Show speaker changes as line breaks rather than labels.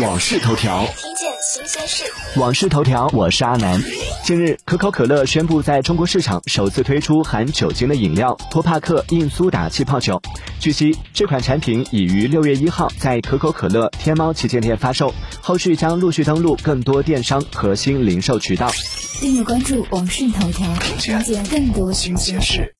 往事头条，
听见新鲜事。
往事头条，我是阿南。近日，可口可乐宣布在中国市场首次推出含酒精的饮料托帕克硬苏打气泡酒。据悉，这款产品已于六月一号在可口可乐天猫旗舰店发售，后续将陆续登陆更多电商和新零售渠道。
订阅关注网讯头条，了解更多新鲜事。